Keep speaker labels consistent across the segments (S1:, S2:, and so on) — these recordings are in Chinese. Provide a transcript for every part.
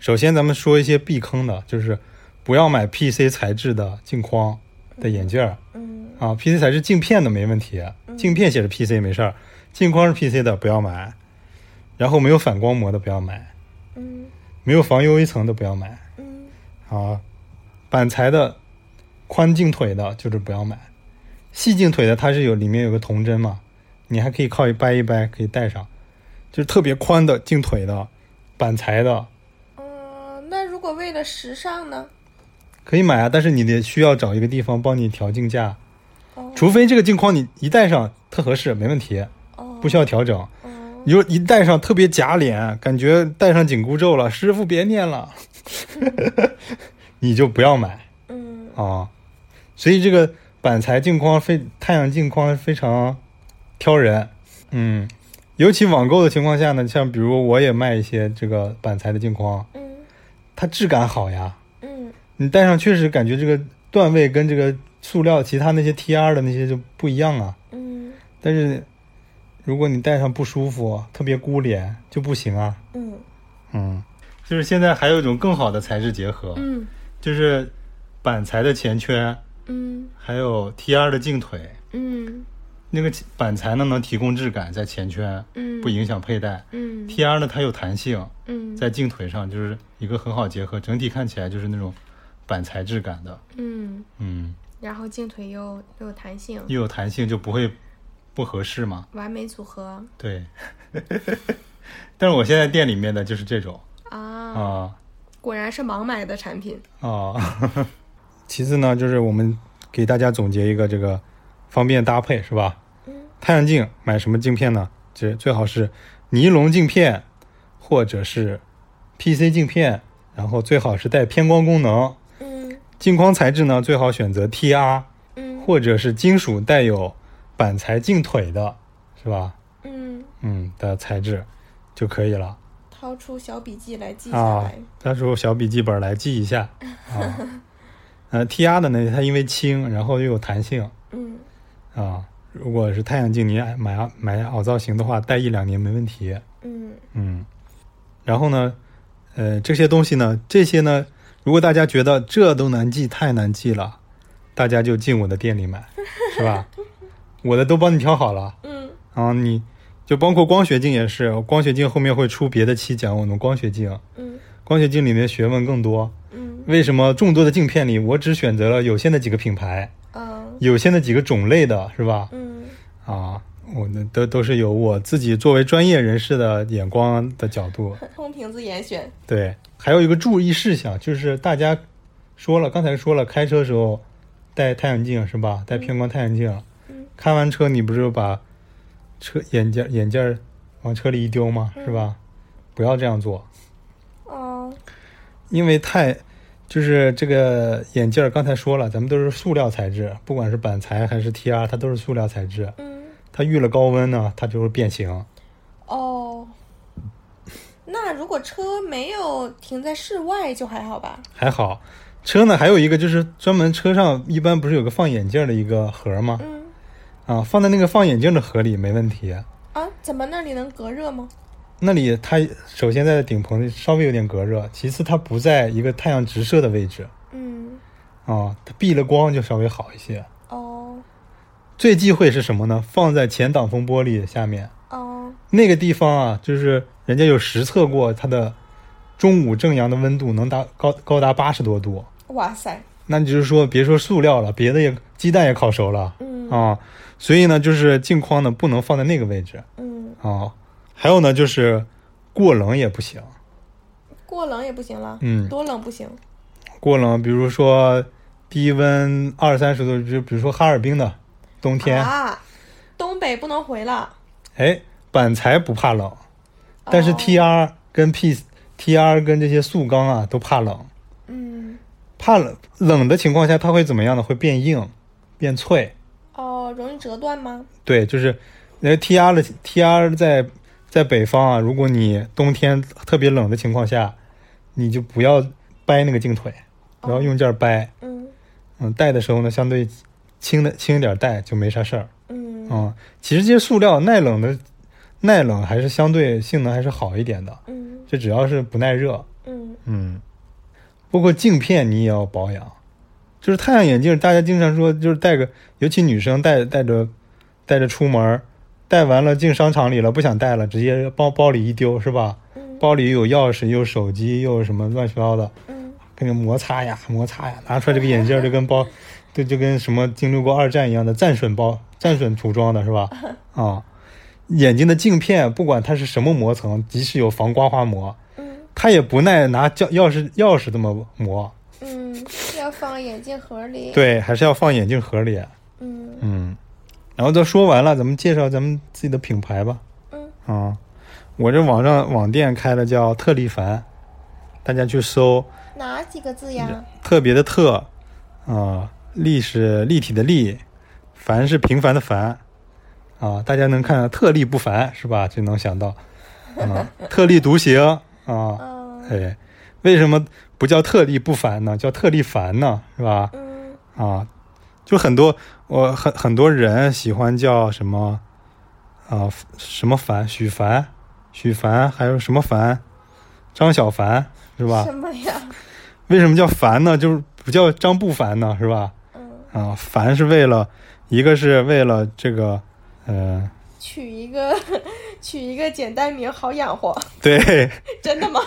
S1: 首先咱们说一些避坑的，就是不要买 PC 材质的镜框的眼镜儿
S2: 嗯
S1: 啊，PC 材质镜片的没问题，镜片写着 PC 没事儿，镜框是 PC 的不要买，然后没有反光膜的不要买，
S2: 嗯
S1: 没有防 UV 层的不要买
S2: 嗯
S1: 啊，板材的宽镜腿的就是不要买，细镜腿的它是有里面有个铜针嘛，你还可以靠一掰一掰可以戴上，就是特别宽的镜腿的板材的
S2: 哦，那如果为了时尚呢？
S1: 可以买啊，但是你得需要找一个地方帮你调镜架，
S2: 哦
S1: 除非这个镜框你一戴上特合适，没问题，
S2: 哦
S1: 不需要调整。
S2: 哦
S1: 你就一戴上特别假脸，感觉戴上紧箍咒了，师傅别念了，你就不要买
S2: 嗯
S1: 啊。所以这个板材镜框非太阳镜框非常挑人，嗯，尤其网购的情况下呢，像比如我也卖一些这个板材的镜框，
S2: 嗯
S1: 它质感好呀，
S2: 嗯
S1: 你戴上确实感觉这个段位跟这个塑料其他那些 T R 的那些就不一样啊。
S2: 嗯
S1: 但是如果你戴上不舒服，特别箍脸就不行啊。
S2: 嗯
S1: 嗯，就是现在还有一种更好的材质结合，
S2: 嗯
S1: 就是板材的前圈，
S2: 嗯
S1: 还有 T R 的镜腿。
S2: 嗯
S1: 那个板材呢能提供质感在前圈，
S2: 嗯
S1: 不影响佩戴。
S2: 嗯
S1: T R 呢它有弹性，
S2: 嗯
S1: 在镜腿上就是一个很好结合，整体看起来就是那种板材质感的。
S2: 嗯，
S1: 嗯。
S2: 然后镜腿又又有弹性，
S1: 又有弹性，就不会不合适嘛。
S2: 完美组合
S1: 对， 但是我现在店里面的就是这种
S2: 啊，
S1: 啊
S2: 果然是盲买的产品。
S1: 啊。 其次呢，就是我们给大家总结一个这个方便搭配是吧？
S2: 嗯
S1: 太阳镜买什么镜片呢？这最好是尼龙镜片，或者是 PC 镜片，然后最好是带偏光功能。
S2: 嗯
S1: 镜框材质呢，最好选择 TR
S2: 嗯
S1: 或者是金属带有板材镜腿的，是吧？
S2: 嗯，
S1: 嗯的材质就可以了
S2: 掏出小笔记来记下
S1: 啊
S2: 来。。
S1: 到时候小笔记本来记一下啊。呃，T R 的呢，它因为轻，然后又有弹性
S2: 嗯
S1: 啊。如果是太阳镜，你买买买凹造型的话，戴一两年没问题。
S2: 嗯
S1: 嗯，然后呢，呃，这些东西呢，这些呢，如果大家觉得这都难记，太难记了，大家就进我的店里买，是吧？我的都帮你挑好了。
S2: 嗯
S1: 啊，你就包括光学镜也是，光学镜后面会出别的期讲我们光学镜，
S2: 嗯
S1: 光学镜里面学问更多。
S2: 嗯
S1: 为什么众多的镜片里，我只选择了有限的几个品牌，
S2: 嗯
S1: 有限的几个种类的，是吧？
S2: 嗯
S1: 啊，我的都都是有我自己作为专业人士的眼光的角度。
S2: 空瓶子严选。
S1: 对，还有一个注意事项就是大家说了，刚才说了，开车时候戴太阳镜是吧？戴偏光太阳镜
S2: 嗯。
S1: 开完车你不是把车眼镜眼镜儿往车里一丢吗？是吧？不要这样做，
S2: 哦，
S1: 因为太就是这个眼镜儿，刚才说了，咱们都是塑料材质，不管是板材还是 TR，它都是塑料材质，
S2: 嗯
S1: 它遇了高温呢，它就会变形。
S2: 哦。那如果车没有停在室外就还好吧？
S1: 还好，车呢还有一个就是专门车上一般不是有个放眼镜儿的一个盒吗？
S2: 嗯
S1: 啊，放在那个放眼镜的盒里没问题。
S2: 啊，怎么那里能隔热吗？
S1: 那里它首先在顶棚稍微有点隔热，其次它不在一个太阳直射的位置
S2: 嗯
S1: 啊，它避了光就稍微好一些。
S2: 哦
S1: 最忌讳是什么呢？放在前挡风玻璃下面
S2: 哦
S1: 那个地方啊，就是人家有实测过它的中午正阳的温度能达高高达八十多度，
S2: 哇塞，
S1: 那你就是说别说塑料了，别的也鸡蛋也烤熟了
S2: 嗯
S1: 啊，所以呢，就是镜框呢不能放在那个位置。
S2: 嗯，
S1: 啊，还有呢，就是过冷也不行。
S2: 过冷也不行了，
S1: 嗯，
S2: 多冷不行。
S1: 过冷，比如说低温二三十度，就比如说哈尔滨的冬天，
S2: 啊，东北不能回了。
S1: 哎，板材不怕冷，但是
S2: 哦
S1: T R 跟 P T R 跟这些塑钢啊都怕冷，
S2: 嗯
S1: 怕冷冷的情况下，它会怎么样呢？会变硬，变脆。
S2: 哦，容易折断吗？
S1: 对，就是那个 T R 的 T R 在在北方啊，如果你冬天特别冷的情况下，你就不要掰那个镜腿，不要用劲儿掰。
S2: 嗯
S1: 嗯，戴的时候呢，相对轻的轻一点戴就没啥事儿。
S2: 嗯
S1: 嗯，其实这些塑料耐冷的，耐冷还是相对性能还是好一点的。
S2: 嗯
S1: 这只要是不耐热，
S2: 嗯
S1: 嗯，包括镜片你也要保养，就是太阳眼镜，大家经常说就是戴个，尤其女生戴戴着戴着出门儿，戴完了进商场里了不想戴了，直接包包里一丢是吧？
S2: 嗯
S1: 包里有钥匙，又手机，又什么乱七八糟的，
S2: 嗯，
S1: 跟着摩擦呀摩擦呀，拿出来这个眼镜儿就跟包，对，就跟什么经历过二战一样的战损包战损涂装的是吧？啊，眼睛的镜片不管它是什么膜层，即使有防刮花膜，
S2: 嗯
S1: 它也不耐拿钥钥匙钥匙这么磨，
S2: 嗯，是要放眼镜盒里。，
S1: 对，还是要放眼镜盒里。
S2: 嗯
S1: 嗯，然后都说完了，咱们介绍咱们自己的品牌吧。
S2: 嗯
S1: 啊，我这网上网店开的叫特立凡，大家去搜
S2: 哪几个字呀？
S1: 特别的特，啊，立是立体的立，凡是平凡的凡，啊，大家能看到特立不凡是吧？就能想到，啊， 特立独行啊，
S2: 嗯
S1: 哎，为什么不叫特立不凡呢？叫特立凡呢，是吧？
S2: 嗯
S1: 啊，就很多我很很多人喜欢叫什么啊什么凡，许凡，许凡，还有什么凡，张小凡，是吧
S2: 什？么呀？
S1: 为什么叫凡呢？就是不叫张不凡呢，是吧？
S2: 嗯，
S1: 啊，凡是为了一个是为了这个呃，
S2: 取一个 取一个简单名好养活，
S1: 对，
S2: 真的吗？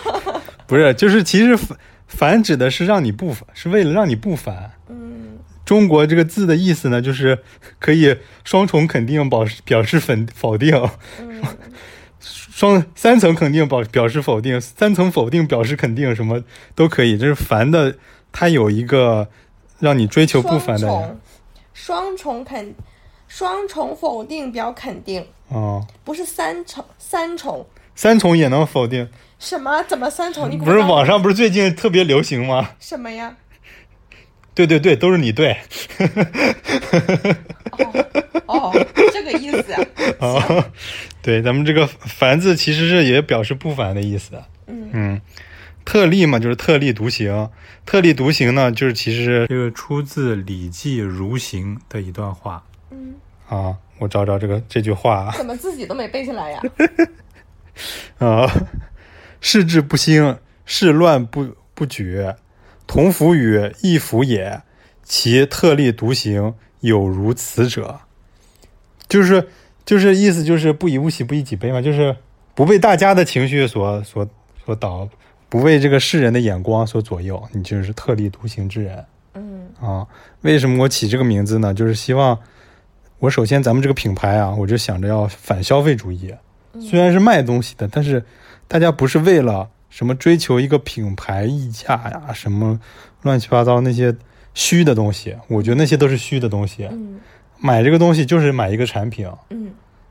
S1: 不是，就是其实凡凡指的是让你不凡，是为了让你不凡。
S2: 嗯
S1: 中国这个字的意思呢，就是可以双重肯定表示表示否否定，
S2: 嗯
S1: 双三层肯定表表示否定，三层否定表示肯定，什么都可以。这是凡的，它有一个让你追求不凡的
S2: 双重双重肯双重否定表肯定，
S1: 哦，
S2: 不是三重三重
S1: 三重也能否定，
S2: 什么？怎么三重？你给我
S1: 不是
S2: 讲
S1: 网上不是最近特别流行吗？
S2: 什么呀？
S1: 对对对，都是你对，
S2: 哦哦，这个意思啊。
S1: 啊，对，咱们这个凡字其实是也表示不凡的意思。
S2: 嗯
S1: 嗯，特立嘛，就是特立独行。特立独行呢，就是其实这个出自《礼记·儒行》的一段话
S2: 嗯，
S1: 啊。我找找这个这句话啊
S2: 怎么自己都没背下来呀？
S1: 啊，世治不兴，世乱不不举，同服与异服也，其特立独行，有如此者。就是就是意思就是不以物喜，不以己悲嘛，就是不被大家的情绪所所所导，不为这个世人的眼光所左右，你就是特立独行之人
S2: 嗯
S1: 啊。为什么我起这个名字呢？就是希望我首先咱们这个品牌啊，我就想着要反消费主义，
S2: 嗯
S1: 虽然是卖东西的，但是大家不是为了什么追求一个品牌溢价呀，什么乱七八糟那些虚的东西，我觉得那些都是虚的东西。
S2: 嗯
S1: 买这个东西就是买一个产品，
S2: 嗯，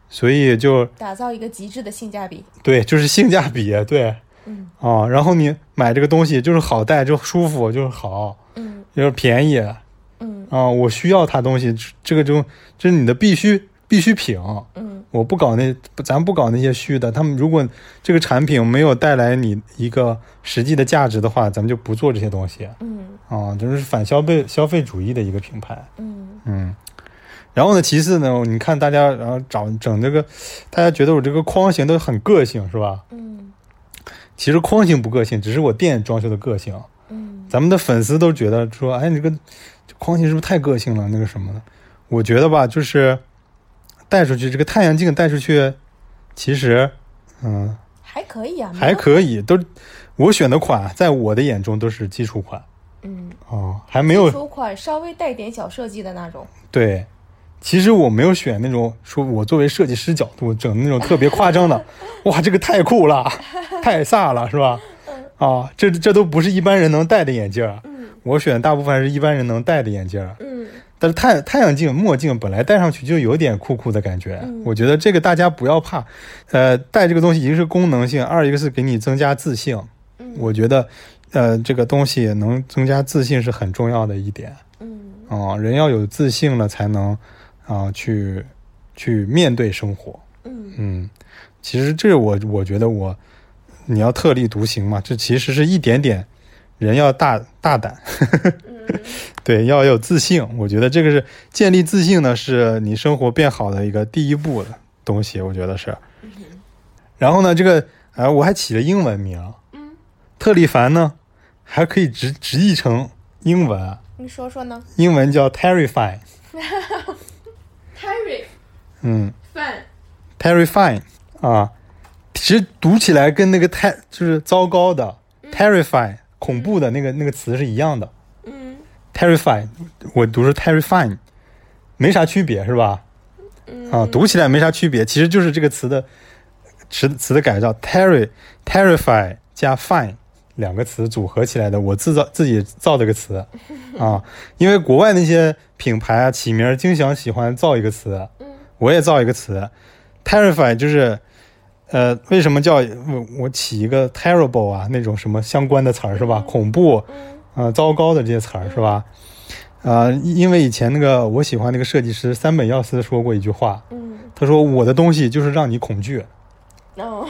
S1: 所以就
S2: 打造一个极致的性价比。
S1: 对，就是性价比，对
S2: 嗯
S1: 啊。然后你买这个东西就是好戴，就舒服，就是好，
S2: 嗯
S1: 就是便宜啊。
S2: 嗯
S1: 我需要它东西，这这个就这是你的必须必需品。
S2: 嗯
S1: 我不搞那，不咱不搞那些虚的。他们如果这个产品没有带来你一个实际的价值的话，咱们就不做这些东西
S2: 嗯
S1: 啊，就是反消费消费主义的一个品牌。
S2: 嗯
S1: 嗯，然后呢，其次呢，你看大家然后找整这个，大家觉得我这个框型都很个性是吧？
S2: 嗯
S1: 其实框型不个性，只是我店装修的个性。
S2: 嗯
S1: 咱们的粉丝都觉得说，哎，你这个这框型是不是太个性了？那个什么的，我觉得吧，就是带出去这个太阳镜带出去，其实，嗯，
S2: 还可以啊，
S1: 还可以，都我选的款，在我的眼中都是基础款
S2: 嗯，
S1: 哦，还没有
S2: 出款稍微带点小设计的那种。
S1: 对。其实我没有选那种说我作为设计师角度整的那种特别夸张的，哇，这个太酷了， 太飒了，是吧？啊，这这都不是一般人能戴的眼镜儿。
S2: 嗯
S1: 我选大部分还是一般人能戴的眼镜儿。
S2: 嗯
S1: 但是太太阳镜、墨镜本来戴上去就有点酷酷的感觉，
S2: 嗯
S1: 我觉得这个大家不要怕，呃，戴这个东西一个是功能性，二一个是给你增加自信。
S2: 嗯
S1: 我觉得，呃，这个东西能增加自信是很重要的一点
S2: 嗯
S1: 啊、人要有自信了才能啊、去去面对生活。
S2: 嗯
S1: 嗯，其实这是我我觉得我你要特立独行嘛，这其实是一点点人要大大胆。
S2: 嗯
S1: 对，要有自信。我觉得这个是建立自信呢，是你生活变好的一个第一步的东西，我觉得是。
S2: 嗯
S1: 然后呢，这个哎、我还起了英文名，
S2: 嗯
S1: 特立凡呢，还可以直直译成英文，啊
S2: 你说说呢
S1: 英文叫 terrify，
S2: ？Terry
S1: 嗯
S2: fan，
S1: ，terrify 啊，其实读起来跟那个太就是糟糕的 terrify 恐怖的那个那个词是一样的
S2: 嗯
S1: ，terrify 我读是 terrifying，没啥区别是吧？
S2: 嗯
S1: 啊，读起来没啥区别，其实就是这个词的词词的改造，terry terrify 加 fine 两个词组合起来的，我自造自己造的个词啊，因为国外那些品牌啊起名儿经常喜欢造一个词，
S2: 嗯
S1: 我也造一个词，terrify 就是。呃，为什么叫我我起一个 terrible 啊那种什么相关的词儿是吧？恐怖，
S2: 嗯
S1: 呃，糟糕的这些词儿是吧？呃，因为以前那个我喜欢那个设计师三本耀司说过一句话，
S2: 嗯，
S1: 他说我的东西就是让你恐惧，
S2: 哦，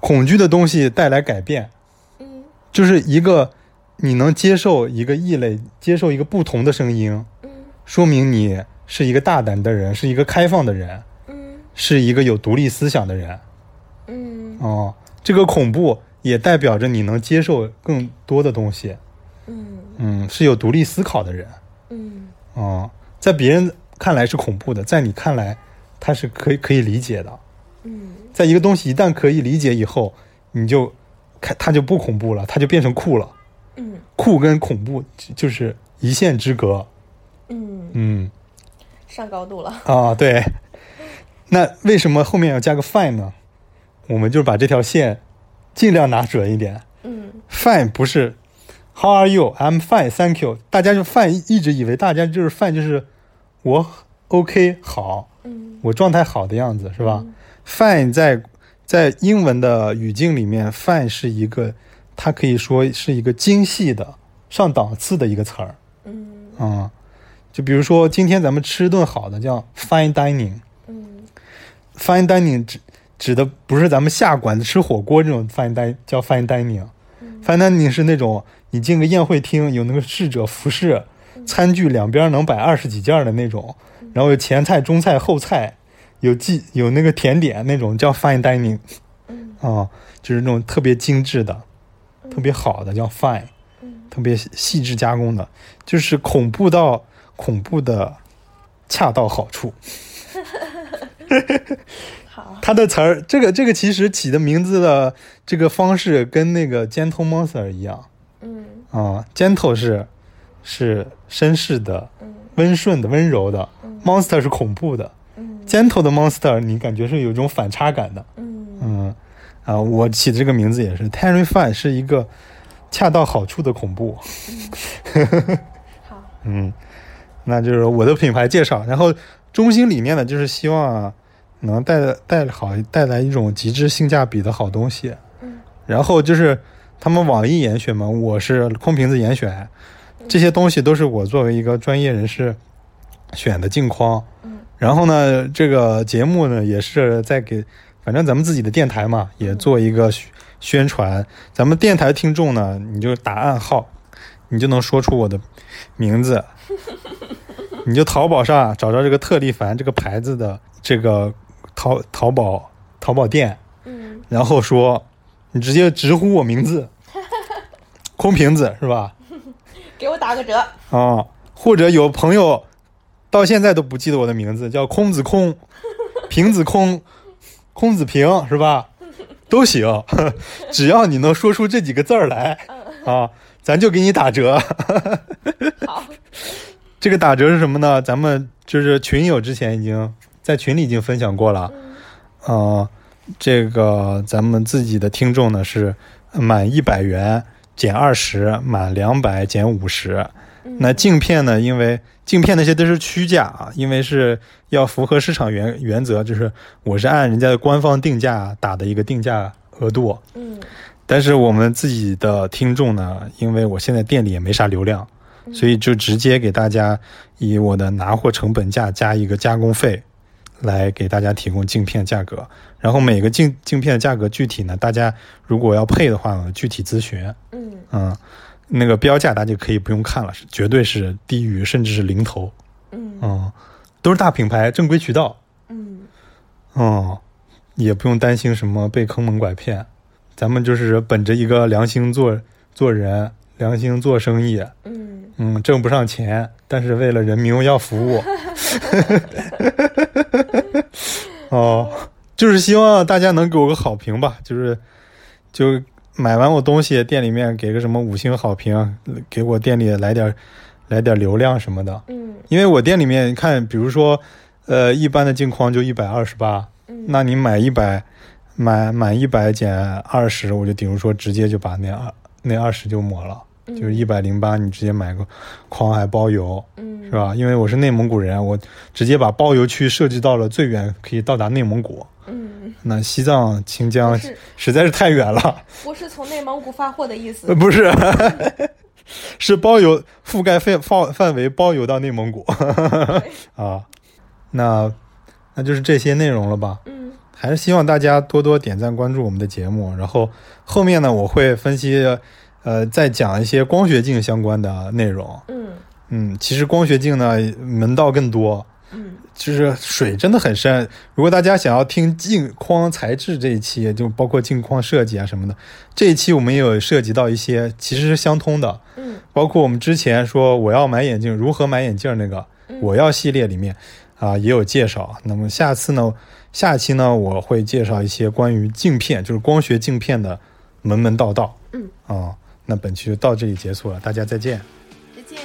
S1: 恐惧的东西带来改变，
S2: 嗯
S1: 就是一个你能接受一个异类，接受一个不同的声音，
S2: 嗯
S1: 说明你是一个大胆的人，是一个开放的人，
S2: 嗯
S1: 是一个有独立思想的人。
S2: 嗯
S1: 哦，这个恐怖也代表着你能接受更多的东西，
S2: 嗯
S1: 嗯，是有独立思考的人。
S2: 嗯
S1: 哦，在别人看来是恐怖的，在你看来，它是可以可以理解的。
S2: 嗯
S1: 在一个东西一旦可以理解以后，你就看它就不恐怖了，它就变成酷了。
S2: 嗯
S1: 酷跟恐怖就就是一线之隔。
S2: 嗯，
S1: 嗯
S2: 上高度了。
S1: 啊，对。那为什么后面要加个 fine 呢？我们就是把这条线尽量拿准一点。
S2: 嗯
S1: fine 不是 How are you? I'm fine, thank you。大家就 fine 一直以为大家就是 fine 就是我 OK 好，
S2: 嗯
S1: 我状态好的样子是吧、f i n e 在在英文的语境里面，fine 是一个，它可以说是一个精细的、上档次的一个词儿
S2: 嗯
S1: 啊、嗯就比如说今天咱们吃顿好的，叫 fine dining，fine
S2: 嗯
S1: dining 指指的不是咱们下馆子吃火锅这种 fine dining，叫 fine dining。
S2: 嗯
S1: fine dining 是那种你进个宴会厅，有那个侍者服侍，
S2: 嗯
S1: 餐具两边能摆二十几件儿的那种，然后有前菜、中菜、后菜，有季有那个甜点那种叫 fine dining
S2: 嗯
S1: 啊、就是那种特别精致的、
S2: 嗯
S1: 特别好的叫 fine，
S2: 嗯
S1: 特别细致加工的，就是恐怖到恐怖的恰到好处。
S2: 好。
S1: 它的词儿，这个这个其实起的名字的这个方式跟那个 gentle monster 一样
S2: 嗯
S1: 啊、g e n t l e 是是绅士的、
S2: 嗯
S1: 温顺的、温柔的
S2: 嗯
S1: ，monster 是恐怖的。
S2: 嗯
S1: gentle 的 monster，你感觉是有一种反差感的。
S2: 嗯
S1: 嗯，啊，我起的这个名字也是 terrify，是一个恰到好处的恐怖。
S2: 好。
S1: 嗯，那就是我的品牌介绍。然后中心理念呢，就是希望啊能带带好带来一种极致性价比的好东西。
S2: 嗯
S1: 然后就是他们网易严选嘛，我是空瓶子严选，这些东西都是我作为一个专业人士选的镜框。
S2: 嗯
S1: 然后呢，这个节目呢也是在给，反正咱们自己的电台嘛，也做一个宣宣传。咱们电台听众呢，你就打暗号，你就能说出我的名字，你就淘宝上找到这个特立凡这个牌子的这个淘淘宝淘宝店，
S2: 嗯
S1: 然后说你直接直呼我名字，空瓶子是吧？
S2: 给我打个折。
S1: 啊，或者有朋友到现在都不记得我的名字，叫空子空、瓶子空、空子平，是吧？都行，只要你能说出这几个字儿来啊，咱就给你打折。
S2: 好。
S1: 这个打折是什么呢？咱们就是群友之前已经在群里已经分享过了，
S2: 嗯
S1: 呃，这个咱们自己的听众呢是满一百元减二十，满两百减五十。
S2: 嗯
S1: 那镜片呢？因为镜片那些都是虚价啊，因为是要符合市场原原则，就是我是按人家的官方定价打的一个定价额度。
S2: 嗯
S1: 但是我们自己的听众呢，因为我现在店里也没啥流量，
S2: 嗯
S1: 所以就直接给大家以我的拿货成本价加一个加工费，来给大家提供镜片价格。然后每个镜镜片的价格具体呢，大家如果要配的话呢，具体咨询。
S2: 嗯
S1: 嗯，那个标价大家可以不用看了，是绝对是低于甚至是零头。
S2: 嗯
S1: 嗯，都是大品牌正规渠道。
S2: 嗯
S1: 嗯，也不用担心什么被坑蒙拐骗，咱们就是本着一个良心做做人，良心做生意，
S2: 嗯，
S1: 嗯，挣不上钱，但是为了人民要服务。 哦，就是希望大家能给我个好评吧，就是就买完我东西，店里面给个什么五星好评，给我店里来点来点流量什么的。
S2: 嗯
S1: 因为我店里面你看，比如说，呃，一般的镜框就一百二十八，
S2: 嗯，
S1: 那你买一百，满满一百减二十，我就比如说直接就把那二那二十就抹了。就是一百零八，你直接买个狂海包邮
S2: 嗯
S1: 是？吧？因为我是内蒙古人，我直接把包邮区设置到了最远可以到达内蒙古。
S2: 嗯，
S1: 那西藏、新疆
S2: 不是
S1: 实在是太远了，
S2: 我是从内蒙古发货的意思
S1: 呃，。不是， 是包邮覆盖范范范围包邮到内蒙古 啊。那那就是这些内容了吧？
S2: 嗯
S1: 还是希望大家多多点赞关注我们的节目。然后后面呢，我会分析，呃，再讲一些光学镜相关的内容。
S2: 嗯
S1: 嗯，其实光学镜呢门道更多，
S2: 嗯
S1: 就是水真的很深。如果大家想要听镜框材质这一期，就包括镜框设计啊什么的，这一期我们也有涉及到一些其实是相通的，
S2: 嗯
S1: 包括我们之前说我要买眼镜，如何买眼镜那个
S2: 嗯
S1: 我要系列里面啊也有介绍。那么下次呢，下期呢我会介绍一些关于镜片，就是光学镜片的门门道道。
S2: 嗯
S1: 啊、那本期就到这里结束了，大家再见。
S2: 再见。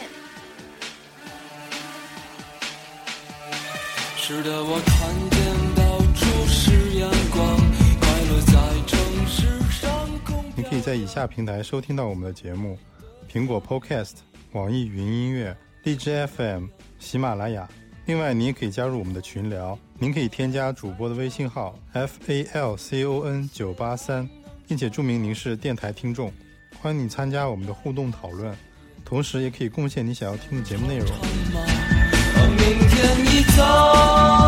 S3: 是的，我看见到处是阳光，快乐在城市上空。
S1: 您可以在以下平台收听到我们的节目：苹果 Podcast、网易云音乐、荔枝 FM、喜马拉雅。另外，您也可以加入我们的群聊，您可以添加主播的微信号 f a l c o n 九八三，并且注明您是电台听众。欢迎你参加我们的互动讨论，同时也可以贡献你想要听的节目内容。
S3: 吗？明天一早。哎哦哦